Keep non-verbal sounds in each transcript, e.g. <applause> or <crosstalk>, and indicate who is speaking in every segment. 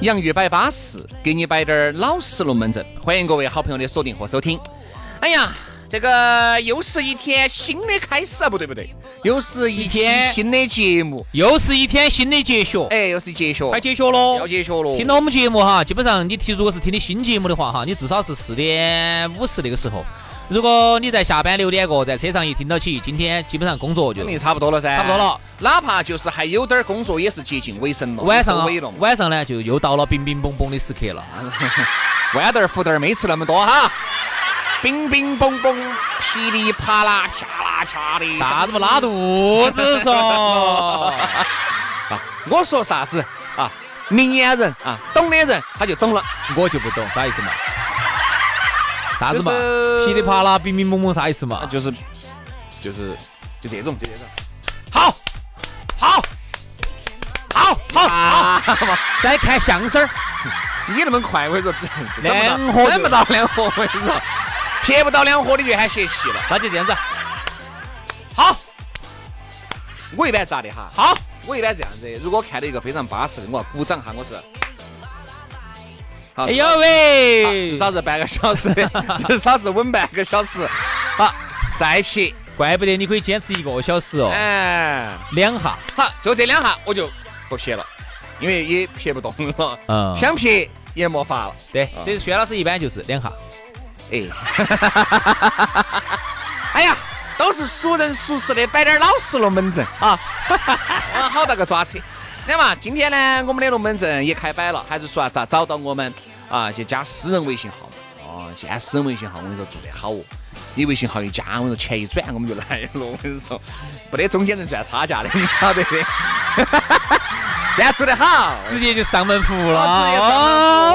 Speaker 1: 洋芋摆巴适，给你摆点儿老实龙门阵。欢迎各位好朋友的锁定和收听。哎呀，这个又是一天新的开始啊，不对不对，又是一天新的节目，
Speaker 2: 又是一天新的节学，
Speaker 1: 哎，又是节学，
Speaker 2: 快结学喽
Speaker 1: 要！节学了。
Speaker 2: 听到我们节目哈，基本上你听，如果是听的新节目的话哈，你至少是四点五十那个时候。如果你在下班六点过，在车上一听到起，今天基本上工作就
Speaker 1: 肯定差不多了噻，
Speaker 2: 差不多了。
Speaker 1: 哪怕就是还有点儿工作，也是接近尾声
Speaker 2: <laughs>
Speaker 1: 了，
Speaker 2: 晚上啊
Speaker 1: 尾了嘛。啊
Speaker 2: 晚上呢就又到了冰冰崩崩的时刻了。
Speaker 1: 豌豆儿、胡豆儿没吃那么多哈，冰冰嘣嘣，噼里啪啦，啪啦啪的。
Speaker 2: 啥子不拉肚子
Speaker 1: <laughs>
Speaker 2: 嗦？
Speaker 1: 啊？我说啥子啊？明眼人啊，懂的人他就懂了。
Speaker 2: 我就不懂啥意思嘛？啥子嘛
Speaker 1: 就是？啊
Speaker 2: 噼里啪啦，冰冰崩崩，啥意思嘛？
Speaker 1: 就是就是就这种，就这种。好，好，好，好，啊好，
Speaker 2: 再看相声儿，
Speaker 1: 你那么快，我跟你说，
Speaker 2: 两
Speaker 1: <laughs>
Speaker 2: 盒
Speaker 1: 整不到 <laughs> 两盒，我跟你说， <laughs> 撇不到两盒，你就喊泄气了。
Speaker 2: 那就这样子。
Speaker 1: 好，我一般咋的哈？好，我一般这样子，如果看到一个非常巴适的，我要鼓掌哈，我是。好
Speaker 2: 哎呦
Speaker 1: 啊
Speaker 2: 喂，
Speaker 1: 至少是半个小 <laughs> 时的，至少是稳半个小时。好，再撇，
Speaker 2: 怪不得你可以坚持一个小时哦，
Speaker 1: 哎，
Speaker 2: 两下。
Speaker 1: 好，就这两下我就不撇了，因为也撇不动了，
Speaker 2: 嗯
Speaker 1: 想撇也没法了。
Speaker 2: 对，所以轩老师一般就是两下。
Speaker 1: 哎， <laughs> 哎呀，都是熟人熟事的，摆点老实龙门阵啊， <laughs> 啊好大个抓扯。那嘛，今天呢，我们的龙门阵也开摆了，还是说啊咋找到我们啊？去加私人微信号嘛。哦，现在私人微信号我跟你说做得好哦，你微信号一加，我跟你说钱一转我们就来了，我跟你说， <laughs> 不得中间人赚差价的，你晓得的。 <laughs> 现在做得好，
Speaker 2: 直接就上门服务了。
Speaker 1: 啊，直接上门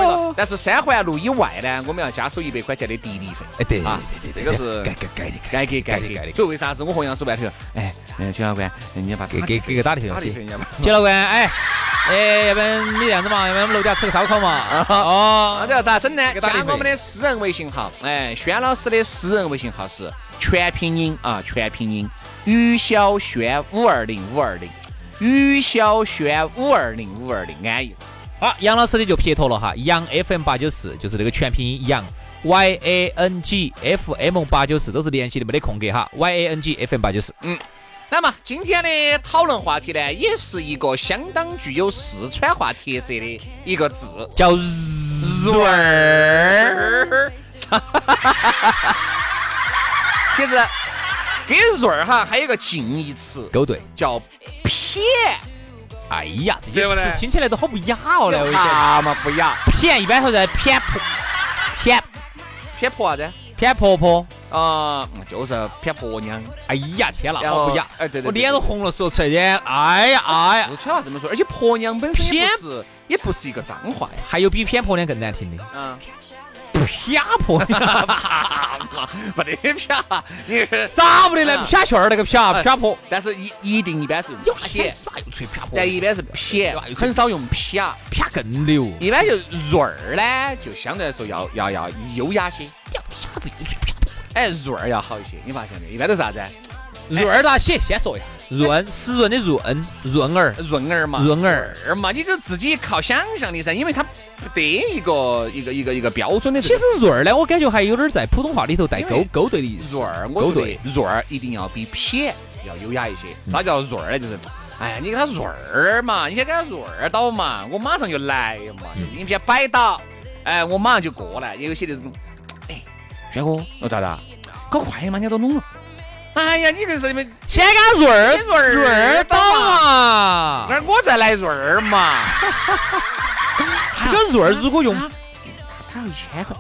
Speaker 2: 哦
Speaker 1: 了。但是三环路以外呢，我们要加收一百块钱的地理费。
Speaker 2: 哎，对
Speaker 1: 啊，
Speaker 2: 对
Speaker 1: 这
Speaker 2: 对对，
Speaker 1: 个是
Speaker 2: 该该该的，
Speaker 1: 该给该
Speaker 2: 该
Speaker 1: 给
Speaker 2: 给该给
Speaker 1: 所以为啥子我和杨师傅在头？哎，嗯，邱教官，你要把
Speaker 2: 给给给个打的费
Speaker 1: 打
Speaker 2: 用
Speaker 1: 理费
Speaker 2: 姐。
Speaker 1: 你要把。
Speaker 2: 姐老官，哎哎，要不然你这样子嘛，要不然我们楼底下吃个烧烤嘛。
Speaker 1: 那
Speaker 2: 哦，
Speaker 1: 啊这要咋整呢？
Speaker 2: 给
Speaker 1: 加
Speaker 2: 打理费
Speaker 1: 我们的私人微信号，哎，轩老师的私人微信号是全拼音啊，全拼音于小轩五二零五二零，于小轩五二零五二零，安逸。
Speaker 2: 好，杨老师的就撇脱了哈，杨 FM 八九四就是那个全拼音杨。Y A N G F M 八九四都是联系的，没得空格哈。Y A N G F M 八九四，
Speaker 1: 那么今天的讨论话题呢，也是一个相当具有四川话特色的一个字 <laughs>
Speaker 2: 叫
Speaker 1: “润儿”。其实给“润儿”哈还有一个近义词
Speaker 2: 勾兑。
Speaker 1: 叫“撇
Speaker 2: 哎呀，这
Speaker 1: 对
Speaker 2: 些
Speaker 1: 不对
Speaker 2: 词听起来都好不雅”，哦，来我跟你讲。
Speaker 1: 那嘛不雅，
Speaker 2: 偏一般说在偏婆偏
Speaker 1: 撇婆啥子？
Speaker 2: 偏婆婆。
Speaker 1: 啊、就是撇婆娘。
Speaker 2: 哎呀，天哪，
Speaker 1: 然后
Speaker 2: 好不雅！
Speaker 1: 哎对对对
Speaker 2: 我脸都红了，说出来的，哎呀，哎呀，
Speaker 1: 四川话这么说，而且婆娘本身也
Speaker 2: 撇
Speaker 1: 不是，也不是一个脏话呀。
Speaker 2: 还有比偏婆娘更难听的，
Speaker 1: 嗯，
Speaker 2: 偏婆娘，啊
Speaker 1: <laughs> 不得撇，你是
Speaker 2: <laughs> 咋不得呢？
Speaker 1: 嗯
Speaker 2: 偏旋儿那个偏偏啊婆，
Speaker 1: 但是一一定一般是用撇，
Speaker 2: 又吹偏婆
Speaker 1: 但一般是撇，很少用撇，
Speaker 2: 偏更溜，
Speaker 1: 一般就润儿呢，就相对来说要要要优雅些。
Speaker 2: 啥子又吹偏
Speaker 1: 哎，润儿要好一些，你发现没？一般都是啥子？
Speaker 2: 婆？润儿咋写？先说一下，
Speaker 1: 哎
Speaker 2: 润，湿润的润，润儿，
Speaker 1: 润儿嘛，
Speaker 2: 润儿。
Speaker 1: 儿嘛，你就自己靠想象力噻，因为它不得一个一个一个一个标准的这
Speaker 2: 其
Speaker 1: 个。
Speaker 2: 实润儿呢，我感觉还有点在普通话里头带
Speaker 1: 因
Speaker 2: 勾
Speaker 1: 为
Speaker 2: 勾兑的意思，
Speaker 1: 润儿，我
Speaker 2: 勾
Speaker 1: 觉得
Speaker 2: 兑。
Speaker 1: 润儿一定要比撇要优雅一些。啥叫润儿呢？就是哎呀，你给他润儿嘛，你先给他润儿到嘛，我马上就来嘛，
Speaker 3: 嗯
Speaker 1: 就是你先摆到，哎，我马上就过来。也有些那种，哎，轩哥，我咋的？搞快嘛，人家都弄了。哎呀，你这是没
Speaker 3: 先给他润儿
Speaker 1: 先润儿
Speaker 3: 润儿到
Speaker 2: 啊
Speaker 3: 嘛。
Speaker 1: 那我再来润儿嘛。
Speaker 3: 这个润儿如果用
Speaker 1: 啊他要一千块，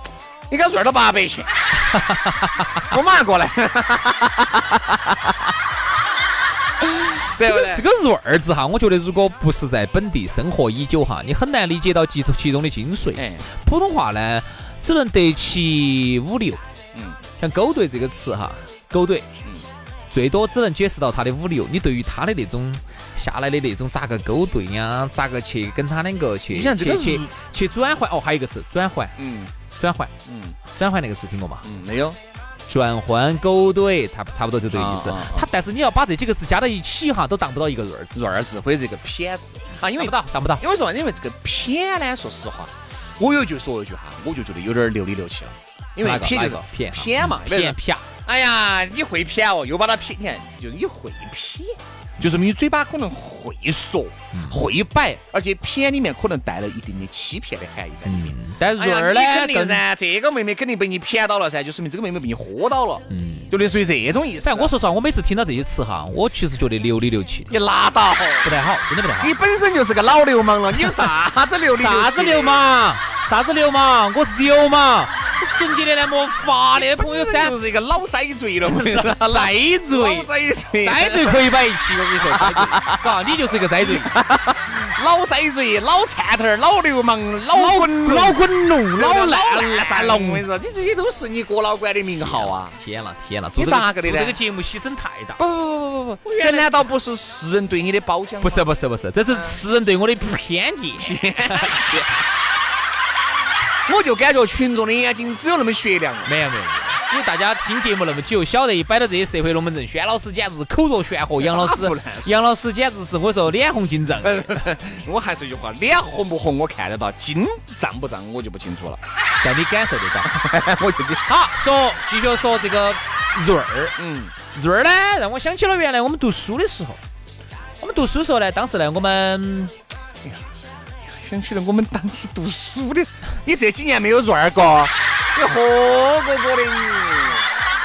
Speaker 1: 你给他润儿到八百去， <laughs> 我马上
Speaker 3: <laughs>
Speaker 1: 过来。对
Speaker 3: 这
Speaker 1: 不
Speaker 3: 个
Speaker 1: 对
Speaker 3: 这？个润儿字哈，我觉得如果不是在本地生活已久哈，你很难理解到其中其中的精髓。
Speaker 1: 哎，
Speaker 3: 普通话呢，只能得其五六。
Speaker 1: 嗯，
Speaker 3: 像勾兑这个词哈，勾兑，
Speaker 1: 嗯
Speaker 3: 最多只能解释到它的五六。你对于它的那种下来的那种咋个勾兑呀，咋个去跟它两个去
Speaker 1: 你想这
Speaker 3: 去
Speaker 1: 个
Speaker 3: 去
Speaker 1: 是
Speaker 3: 去转换哦，还有一个词转换，
Speaker 1: 嗯
Speaker 3: 转换，
Speaker 1: 嗯
Speaker 3: 转换那个词听过吗？
Speaker 1: 嗯，没有。
Speaker 3: 转换勾兑，它差不多就这个意思
Speaker 1: 啊啊啊。
Speaker 3: 它但是你要把这几个字加到一起哈，都当不到一个润儿字，
Speaker 1: 润儿字或者是一个偏字啊，因为
Speaker 3: 当不到，当不到。
Speaker 1: 因为说因为这个偏呢，说实话，我有一句说一句哈，我就觉得有点流里流气了，因为
Speaker 3: 哪个
Speaker 1: 偏就是
Speaker 3: 哪个偏
Speaker 1: 偏嘛，有点
Speaker 3: 偏啪。
Speaker 1: 哎呀，你会偏哦，又把它偏，你看，就你会偏，就说明你嘴巴可能会说、会摆，而且偏里面可能带了一定的欺骗的含义在里面。
Speaker 3: 嗯，但
Speaker 1: 哎
Speaker 3: 润
Speaker 1: 呀
Speaker 3: 儿
Speaker 1: 你肯
Speaker 3: 呢
Speaker 1: 定
Speaker 3: 更。
Speaker 1: 噻，这个妹妹肯定被你骗到了噻，就说明这个妹妹被你豁到了，
Speaker 3: 嗯
Speaker 1: 就类似于这种意思。
Speaker 3: 但我说实话，我每次听到这些词哈，我其实觉得流里流气的，
Speaker 1: 你拉倒，
Speaker 3: 不太好，真的不太好
Speaker 1: 你。本身就是个老流氓了，你有啥子流里
Speaker 3: 啥
Speaker 1: 气
Speaker 3: 子
Speaker 1: 的
Speaker 3: 流？氓？啥子流氓？我是流氓！纯洁的那么发的朋友啊噻
Speaker 1: 本身，就是一个老栽罪了，我跟你说，
Speaker 3: 赖
Speaker 1: 老
Speaker 3: 罪，
Speaker 1: 栽罪，
Speaker 3: 栽罪可以摆一起，我跟你说，栽罪，嘎，你就是一个栽罪，
Speaker 1: 老栽罪，老颤头儿，老流氓， <laughs> 老滚龙
Speaker 3: 老滚龙，老
Speaker 1: 烂
Speaker 3: 烂烂
Speaker 1: 我
Speaker 3: 龙
Speaker 1: 跟。你说，你这些都是你郭老倌的名号啊！
Speaker 3: 天了天了，
Speaker 1: 你
Speaker 3: 做这
Speaker 1: 咋个的呢
Speaker 3: 做这个节目牺牲太大。
Speaker 1: 不不不不不不，这难道不是世人对你的褒奖吗？
Speaker 3: 不是不是不是，这是词人对我的偏
Speaker 1: <laughs>
Speaker 3: 见。
Speaker 1: 我就感觉群众的眼睛只有那么雪亮啊了。
Speaker 3: 没有没有，因为大家听节目那么久，晓得一摆到这些社会龙门阵，轩老师简直是口若悬河，杨老师
Speaker 1: 那 <laughs> 不然，
Speaker 3: 杨老师简直是我说脸红金胀。
Speaker 1: 我还是一句话，脸红不红我看得到，筋胀不胀我就不清楚了。 <laughs>
Speaker 3: 但你感受得到。
Speaker 1: 我就这，
Speaker 3: 好，说继续说这个润儿，
Speaker 1: 嗯，
Speaker 3: 润儿呢，让我想起了原来我们读书的时候，我们读书的时候呢，当时呢，我们
Speaker 1: 想起了我们当时读书 <laughs> 的，你这几年没有润儿哥，你喝过过的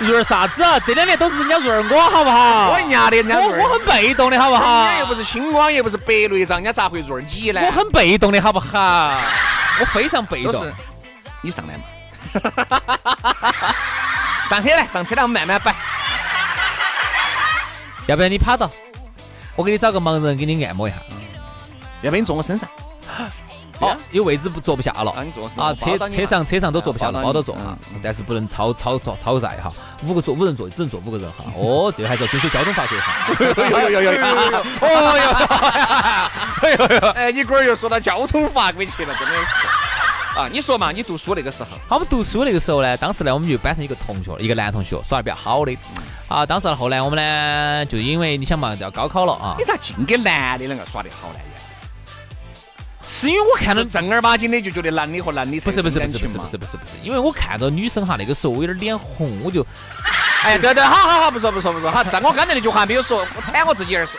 Speaker 1: 你，
Speaker 3: 润儿啥子啊？这两年都是人家润儿我，好不好？
Speaker 1: 我人家的人家
Speaker 3: 我
Speaker 1: 润儿，
Speaker 3: 我很被动的好不
Speaker 1: 人
Speaker 3: 好
Speaker 1: 家？又不是青光，又不是白内障，人家咋会润儿你呢？
Speaker 3: 我很被动的好不好？我非常被
Speaker 1: 都
Speaker 3: 动。
Speaker 1: 是你上来嘛，上车来，上车来，我们慢慢摆。
Speaker 3: 要不然你趴到，我给你找个盲人给你按摩一下。
Speaker 1: 要不你坐我身上对
Speaker 3: 好、
Speaker 1: 啊
Speaker 3: 哦有位置不坐不下了
Speaker 1: 啊？你坐我身上
Speaker 3: 啊，
Speaker 1: 我
Speaker 3: 车
Speaker 1: 抱到你嘛
Speaker 3: 车上车上都坐不下
Speaker 1: 啊
Speaker 3: 了，
Speaker 1: 抱
Speaker 3: 包
Speaker 1: 到
Speaker 3: 到
Speaker 1: 你
Speaker 3: 坐啊
Speaker 1: 嗯嗯，
Speaker 3: 但是不能超超超超载哈，五个坐五人坐只能坐五个人哈。哦，这个还是要遵守交通法规哈。
Speaker 1: 有有有有有！哦哟，哎呦呦！哎，你龟儿又说到交通法规去了，真的是。啊，你说嘛，你读书那个时候，
Speaker 3: <laughs> 好，我们读书那个时候呢，当时呢，我们就班上一个同学，一个男同学，耍得比较好的。啊，当时后来我们呢，就因为你想嘛，要高考了啊
Speaker 1: 你，咋净跟男的两个耍得好呢？
Speaker 3: 是因为我看
Speaker 1: 看
Speaker 3: 到
Speaker 1: 到正儿八经的就觉得男的和男的才
Speaker 3: 不是
Speaker 1: 有
Speaker 3: 不是
Speaker 1: 这种
Speaker 3: 不是不是
Speaker 1: 感情嘛
Speaker 3: 不是不是不是，因为我看到女生哈，那个时候我有点脸红，我就
Speaker 1: 哎，
Speaker 3: 啊
Speaker 1: 对对，好好好，不错不错不错，好，但我刚才那句话没有说，我踩我自己耳屎。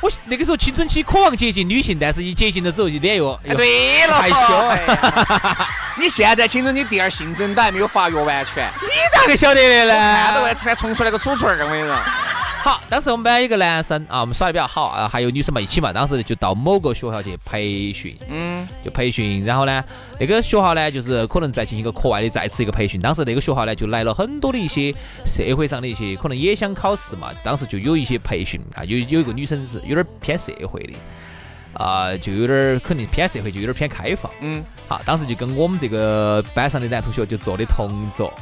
Speaker 3: 我那个时候青春期渴望接近女性，但是一接近了之后，就脸又
Speaker 1: 哎对了，
Speaker 3: 害羞
Speaker 1: 哎呀 <laughs> 你现在青春期第二性征都还没有发育完全，
Speaker 3: 你咋个晓得的
Speaker 1: 看到外才冲出来个楚楚儿，我跟你说。
Speaker 3: 好，当时我们班有一个男生啊，我们耍的比较好啊，还有女生嘛一起嘛，当时就到某个学校去培训，
Speaker 1: 嗯，
Speaker 3: 就培训，然后呢，那个学校呢，就是可能再进行一个课外的再次一个培训。当时那个学校呢，就来了很多的一些社会上的一些，可能也想考试嘛，当时就有一些培训啊，有有一个女生是有点偏社会的。啊、就有点儿肯定偏社会，就有点儿偏开放。
Speaker 1: 嗯，
Speaker 3: 好，当时就跟我们这个班上的男同学就做的同桌，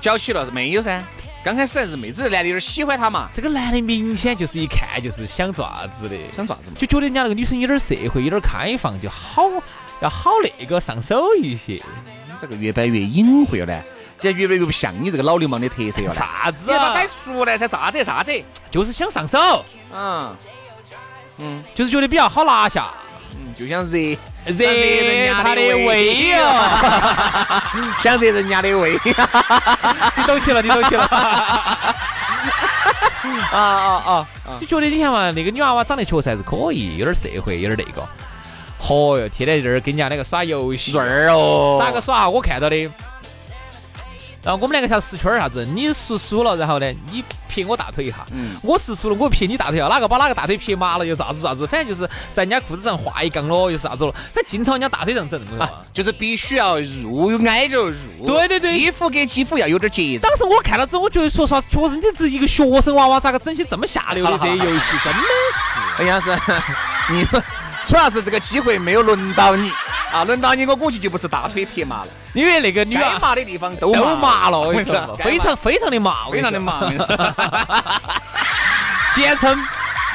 Speaker 1: 搅起了没有噻？刚开始还是妹子，男的有点喜欢他嘛，
Speaker 3: 这个男的明显就是一看就是想爪子的，
Speaker 1: 想爪子嘛。
Speaker 3: 就觉得人家那个女生有点社会，有点开放，就好要好那个上手一些。
Speaker 1: 你这个越摆越隐晦了呢，这越来越不像你这个老流氓的特色了呢。
Speaker 3: 啥子
Speaker 1: 你把它
Speaker 3: 啊？
Speaker 1: 摆出来噻，啥子啥子？
Speaker 3: 就是想上手，
Speaker 1: 嗯嗯
Speaker 3: 就是觉得比较好拿下，
Speaker 1: 嗯，就想热
Speaker 3: 惹他的胃哦。
Speaker 1: <laughs> 哦，想热人家的胃。
Speaker 3: <laughs> 你懂起了，你懂起了。
Speaker 1: 啊啊啊！
Speaker 3: 就觉得你看嘛，那个女娃娃长得确实还是可以，有点社会，有点那个。嚯哟，天天在这儿跟人家那个耍游戏，
Speaker 1: 润儿哦，
Speaker 3: 咋个耍？我看到的。然后我们两个像十圈儿啥子，你输输了，然后呢，你撇我大腿一下，
Speaker 1: 嗯
Speaker 3: 我是输了，我撇你大腿一下，哪个把 <laughs> 哪个大腿撇麻了又啥子啥子，反正就是在人家裤子上画一杠咯，又啥子了，反正经常人家大腿上整那种
Speaker 1: 啊
Speaker 3: 啊。
Speaker 1: 就是必须要入挨着入，
Speaker 3: 对对对
Speaker 1: 肌肤跟肌肤要有点节制。
Speaker 3: 当时我看了之后，我觉得说实话，确实你这一个学生娃娃咋个整些这么下流
Speaker 1: 好
Speaker 3: 的
Speaker 1: 了
Speaker 3: 这
Speaker 1: 好
Speaker 3: 些
Speaker 1: 了
Speaker 3: 游戏，真的是。
Speaker 1: 哎呀是， <laughs> 你们主要是这个机会没有轮到你啊，轮到你我估计就不是大腿撇麻了，
Speaker 3: 因为那个女
Speaker 1: 该
Speaker 3: 娃
Speaker 1: 麻的地方啊都
Speaker 3: 都
Speaker 1: 麻
Speaker 3: 麻了，我跟你
Speaker 1: 该麻
Speaker 3: 说，非常非常的麻，我跟
Speaker 1: 非
Speaker 3: 你说
Speaker 1: 常的麻，我跟你 <laughs> 说
Speaker 3: <laughs> 简称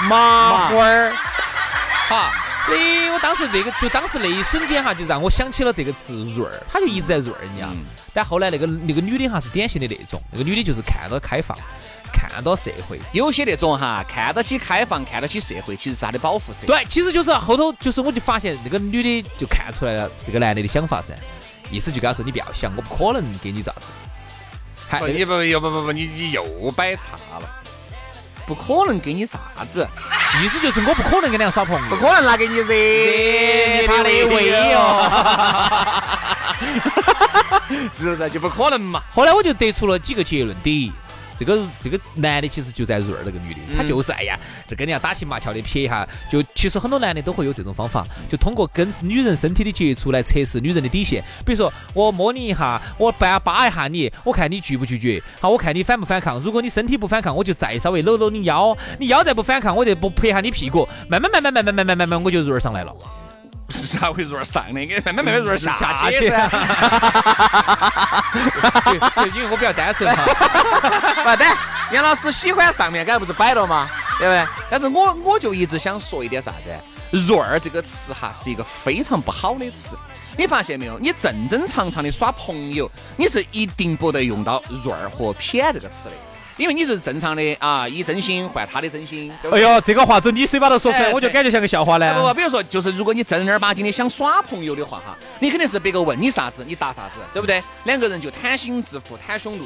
Speaker 1: 麻花
Speaker 3: 麻花儿。哈，所以我当时那个，就当时那一瞬间哈，就让我想起了这个词“润儿”，他就一直在润儿，你知道吗。但后来那个那个女的哈是典型的那种，那个女的就是看到开放，看到社会。
Speaker 1: 有些那种哈，看得起开放，看得起社会，其实是他的保护色。
Speaker 3: 对，其实就是后头就是我就发现那个女的就看出来了这个男的的想法噻，意思就跟他说你不要想，我不可能给你咋子。还
Speaker 1: 不，哎你不不不不不，你你又摆岔了。不可能给你啥子，
Speaker 3: 意思就是我不可能跟两个耍朋友。
Speaker 1: 不可能拿给你热你
Speaker 3: 他的胃
Speaker 1: <laughs> 哦，是不是就不可能嘛？
Speaker 3: 后来我就得出了几个结论：第一，这个这个男的其实就在润儿那个女的，他就是哎呀，就跟人家打情骂俏的撇一下。就其实很多男的都会有这种方法，就通过跟女人身体的接触来测试女人的底线。比如说，我摸你一下，我扒扒一下你，我看你拒不拒绝，好，我看你反不反抗。如果你身体不反抗，我就再稍微搂搂你腰，你腰再不反抗，我就不拍一下你屁股，慢慢慢慢慢慢慢慢慢慢，我就润儿上来了。
Speaker 1: 是啊啥会入上啊的？给慢慢慢慢入下
Speaker 3: 去
Speaker 1: 去噻。
Speaker 3: 对，对因为我比较单纯嘛。
Speaker 1: 不对，杨老师喜欢上面，刚才不是摆了吗？对不对？但是我我就一直想说一点啥子，润儿这个词哈是一个非常不好的词。你发现没有？你正正常常的耍朋友，你是一定不得用到润儿和偏这个词的，因为你是正常的啊，以真心换他的真心。对不
Speaker 3: <laughs> 哎
Speaker 1: 对
Speaker 3: 呦，这个话从你嘴巴头说出
Speaker 1: 哎
Speaker 3: 来，我就感觉像个笑话
Speaker 1: 哎
Speaker 3: 呢。
Speaker 1: 不不，比如说，就是如果你正儿八经的想耍朋友的话，哈，你肯定是别个问你啥子，你答啥子，对不对？两个人就袒心置腹、袒胸露，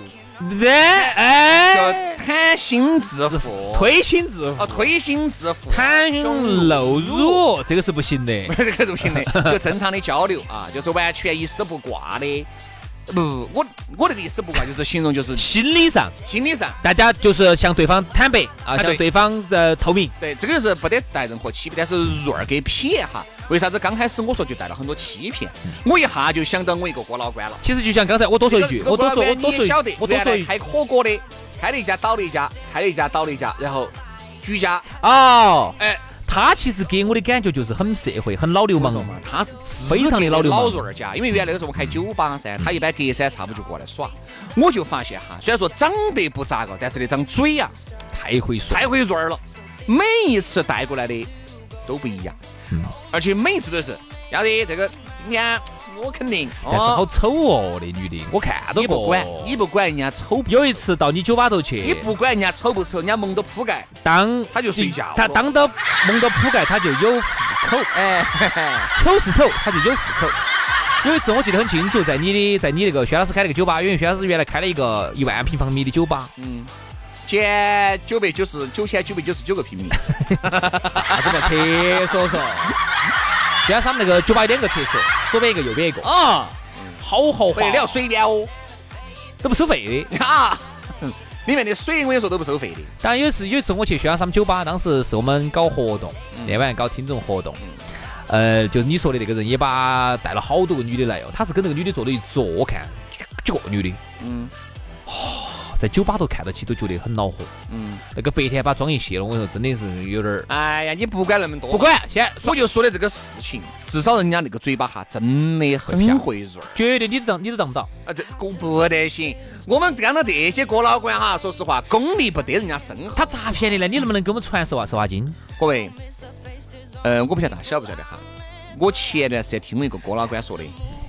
Speaker 3: 对，哎，
Speaker 1: 叫袒心置腹，
Speaker 3: 推心置
Speaker 1: 啊，
Speaker 3: 腹，
Speaker 1: 推心置腹，
Speaker 3: 袒胸露
Speaker 1: 乳，
Speaker 3: 乳，这个是不行的。
Speaker 1: <laughs> 这个是不行的，就正常的交流啊， <laughs> 就是完全一丝不挂的。不，我我这个一丝不挂就是形容
Speaker 3: <laughs>
Speaker 1: 就是
Speaker 3: 心理上，
Speaker 1: 心理上，
Speaker 3: 大家就是向对方坦白啊，
Speaker 1: 啊
Speaker 3: 向
Speaker 1: 对
Speaker 3: 对方呃透明。
Speaker 1: 对，这个就是不得带任何欺骗，但是润儿跟撇哈，为啥子刚开始我说就带了很多欺骗？
Speaker 3: 嗯
Speaker 1: 我一下就想到我一个哥老倌了。
Speaker 3: 其实就像刚才我多说一
Speaker 1: 哎
Speaker 3: 句，
Speaker 1: 这个
Speaker 3: 我多说
Speaker 1: 这
Speaker 3: 我
Speaker 1: 个
Speaker 3: 多说一
Speaker 1: 晓得
Speaker 3: 句，，我多说
Speaker 1: 原来
Speaker 3: 一句
Speaker 1: 开火锅的，开了一家倒了一家，开了一家倒了一家，然后居家，
Speaker 3: 哦。
Speaker 1: 哎，
Speaker 3: 他其实给我的感觉就是很社会、很老流氓
Speaker 1: 懂吗？他是
Speaker 3: 嗯非常地老流氓
Speaker 1: 老润儿家，因为原来那个时候我开酒吧噻，他一般隔三差五就过来耍，
Speaker 3: 嗯
Speaker 1: 我就发现哈，虽然说长得不咋个，但是那张嘴呀、
Speaker 3: 太会说。
Speaker 1: 太会润儿了，每一次带过来的都不一样，
Speaker 3: 嗯
Speaker 1: 而且每一次都是要得这个今天我肯定，
Speaker 3: 但是好
Speaker 1: 哦，
Speaker 3: 丑哦，那女的，我看到
Speaker 1: 你不
Speaker 3: 过。
Speaker 1: 管你不管人家丑不，
Speaker 3: 有一次到你酒吧头
Speaker 1: 你
Speaker 3: 去，
Speaker 1: 不管人家丑不丑，人家蒙着铺盖。
Speaker 3: 当嗯
Speaker 1: 他就睡觉
Speaker 3: 他
Speaker 1: 了
Speaker 3: 当到蒙到铺盖，他就有户口。
Speaker 1: 哎，嘿嘿
Speaker 3: 丑是丑，他就有户口。有一次我记得很清楚，在你的在你那个薛老师开了个酒吧，因为薛老师原来开了一个一万平方米的酒吧，
Speaker 1: 嗯， <laughs> 减九百九十九千九百九十九个平米，
Speaker 3: 啥啊子个厕所嗦。薛老师他们那个酒吧有两个厕所，左边一个，右边一个，
Speaker 1: <laughs> 啊，
Speaker 3: 好豪华
Speaker 1: 喂，，你要水电哦，
Speaker 3: 都不收费的。
Speaker 1: 啊，里面的水我跟你说都不收费的，
Speaker 3: 当然有一次有一次我去薛老师他们酒吧，当时是我们搞活动，
Speaker 1: 嗯
Speaker 3: 那晚搞听众活动。呃，就是你说的那个人也把带了好多个女的来哦，他是跟那个女的坐到一桌，我看几个女的，哦
Speaker 1: 嗯
Speaker 3: 在酒吧头看到起都觉得很恼火。
Speaker 1: 嗯，
Speaker 3: 那个白天把妆一卸了，我跟你说真的是有点儿。
Speaker 1: 哎呀，你不管那么多，
Speaker 3: 不，管，先
Speaker 1: 我就说的这个事情，至少人家那个嘴巴哈真的很会润儿
Speaker 3: 绝对你都当你都当不到。
Speaker 1: 啊，这我不得行，我们干到这些哥老倌哈，说实话功力不得人家深厚，
Speaker 3: 他咋骗你呢？你能不能给我们传授啊？十花精？
Speaker 1: 各位，呃，我不晓得他晓不晓得哈，我前段时间听我一个哥老倌说的，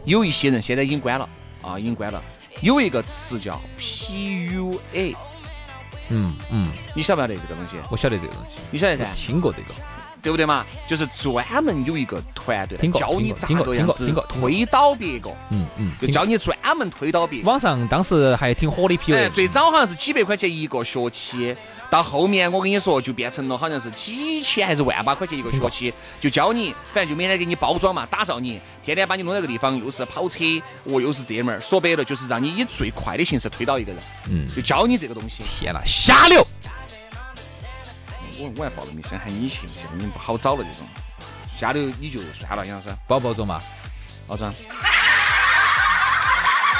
Speaker 1: 有一些人现在已经关了啊，已经关了，有一个词叫 PUA。
Speaker 3: 嗯嗯，
Speaker 1: 你晓不晓得这个东西？
Speaker 3: 我晓得这个东西，
Speaker 1: 你晓得
Speaker 3: 我
Speaker 1: 噻，
Speaker 3: 听过这个。
Speaker 1: 对不对嘛？就是专门有一个团队来
Speaker 3: 听过
Speaker 1: 教你咋
Speaker 3: 听过
Speaker 1: 个
Speaker 3: 听
Speaker 1: 样
Speaker 3: 过
Speaker 1: 子
Speaker 3: 听过听过
Speaker 1: 推倒别个，
Speaker 3: 嗯嗯，
Speaker 1: 就
Speaker 3: 听过
Speaker 1: 教你专门推倒别个。
Speaker 3: 网上当时还挺火的
Speaker 1: 哎，
Speaker 3: PUA，
Speaker 1: 最早好像是几百块钱一个学期，到后面我跟你说，就变成了好像是几千还是万把块钱一个学期，就教你，反正就每天给你包装嘛，打造你，天天把你弄到一个地方，又是跑车，哦，又是这门儿，说白了就是让你以最快的形式推到一个人，嗯，就教你这个东西。哎
Speaker 3: 天呐，瞎聊！
Speaker 1: 我我还报了名，想喊你去，现在你不好找了这种，下头你就算了，杨老师，
Speaker 3: 包包总嘛，
Speaker 1: 老张。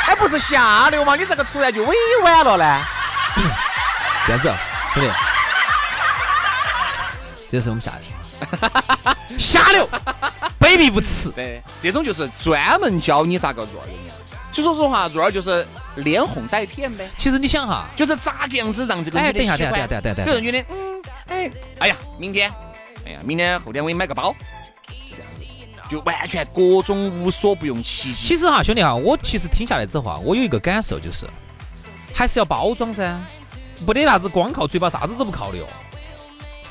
Speaker 1: 哎，不是下流嘛？你这个突然就委婉了呢？
Speaker 3: 这样子，啊兄弟，这是我们下流，
Speaker 1: <laughs>
Speaker 3: 瞎聊，卑鄙无耻。
Speaker 1: 对，这种就是专门教你咋个做人的。就说实话，做儿就是连哄带骗呗，
Speaker 3: 其实你想哈，
Speaker 1: 就是咋个样子让这个
Speaker 3: 哎
Speaker 1: 女的
Speaker 3: 等一下
Speaker 1: 喜欢。
Speaker 3: 等一下等一下等一下
Speaker 1: 比如说女的，嗯，哎，哎呀，明天，哎呀，明天后天我给你买个包，就这样子，就完全各种无所不用其极。
Speaker 3: 其实哈，兄弟哈，我其实听下来之后啊，我有一个感受就是，还是要包装噻，不得啥子光靠嘴巴啥子都不靠的哦，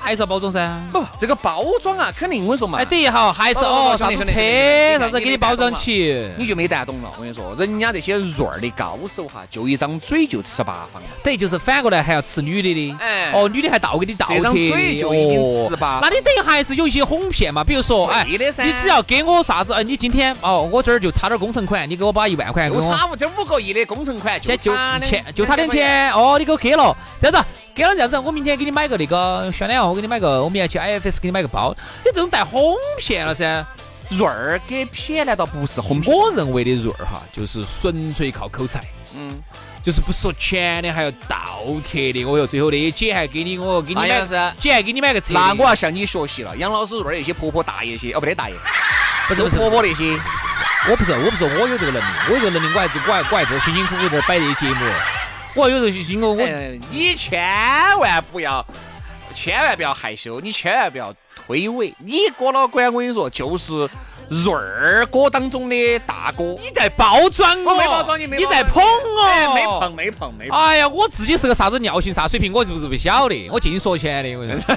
Speaker 3: 还是要包装�噻。
Speaker 1: 不，这个包装啊，肯定我跟你说嘛，
Speaker 3: 哎，等一下哦，还是
Speaker 1: 哦
Speaker 3: 哦，
Speaker 1: 兄
Speaker 3: 啥
Speaker 1: 弟
Speaker 3: 子
Speaker 1: 兄弟兄弟
Speaker 3: 车，啥子给你包装起，
Speaker 1: 你就没蛋懂了。我跟你说，人家这些润儿的高手哈，就一张嘴就吃八方了。啊
Speaker 3: 等于就是反过来还要吃女的的，
Speaker 1: 哎
Speaker 3: 哦，女的还倒给你倒贴，
Speaker 1: 这张嘴就已经吃吧
Speaker 3: 哦那你等于还是有一些哄骗嘛，比如说，哎，
Speaker 1: 对
Speaker 3: 你
Speaker 1: 的噻
Speaker 3: 只要给我啥子，哎，你今天哦，我这儿就差点工程款，你给我把一万块给
Speaker 1: 就
Speaker 3: 哎我，
Speaker 1: 差五这五个亿的工程款，就
Speaker 3: 先就
Speaker 1: 差
Speaker 3: 钱，就差点。钱，哦，你给我给了，这样子，给了这样子，我明天给你买个那个香奈儿，我给你买个，我明天去 IFS 给你买个包，你这种带哄骗了噻。
Speaker 1: 润
Speaker 3: 哦
Speaker 1: 儿给撇难道不是哄骗？
Speaker 3: 我认为的润儿哈，就是纯粹靠口才。
Speaker 1: 嗯，
Speaker 3: 就是不说钱的，还要倒贴的。我哟，最后那些姐还给你，我哟给你
Speaker 1: 哎
Speaker 3: 买
Speaker 1: 杨老师，
Speaker 3: 姐还给你买个车的。
Speaker 1: 那我要向你学习了，杨老师润儿那些婆婆大爷些，哦不对大爷，
Speaker 3: 不是不是
Speaker 1: 婆婆
Speaker 3: 的，
Speaker 1: 那些，
Speaker 3: 我不是我不是，我有这个能力，我有这个能力，我还我还我还做辛辛苦苦在这儿摆这些节目，我还有这个辛苦，我
Speaker 1: 嗯，你千万不要，千万不要害羞，你千万不要推诿。你哥老倌，我跟你说，就是润儿哥当中的大哥。
Speaker 3: 你在包装我，
Speaker 1: 我没包装你没包装
Speaker 3: 你在捧
Speaker 1: 哎
Speaker 3: 我，
Speaker 1: 没捧。没捧没捧，
Speaker 3: 哎呀，我自己是个啥子尿性、啥水平，我是不是不晓得？我净说钱的，我跟你说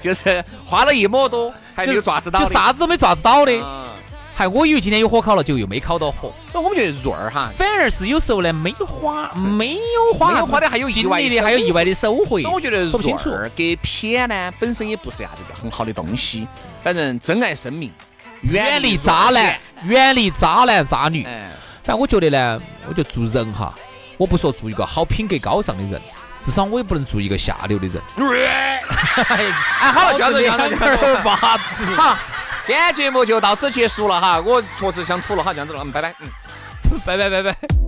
Speaker 1: 就是花了一抹多，还没有抓子到
Speaker 3: 就
Speaker 1: 的。
Speaker 3: 啥子都没抓子到的。
Speaker 1: 嗯
Speaker 3: 还我以为今天有火烤了，就又没烤到火。
Speaker 1: 那我们觉得润儿哈，
Speaker 3: 反而是有时候呢，没花，没有花，
Speaker 1: 没有花的还有意外
Speaker 3: 经历的，还有意外的收获。
Speaker 1: 所以我觉得
Speaker 3: 说不清
Speaker 1: 润
Speaker 3: 楚。
Speaker 1: 儿给撇呢，本身也不是啥子很好的东西。反正珍爱生命，
Speaker 3: 远离渣男，远离渣男渣女。
Speaker 1: 哎，
Speaker 3: 但我觉得呢，我觉得做人哈，我不说做一个好品格高尚的人，至少我也不能做一个下流的人。
Speaker 1: <laughs> <laughs> 哎，好了，就这样子，
Speaker 3: 两耳巴子。
Speaker 1: 好，今天节目就到此结束了哈。我确实想吐了，好，这样子了，嗯，拜拜，嗯。
Speaker 3: <laughs> 拜拜拜拜。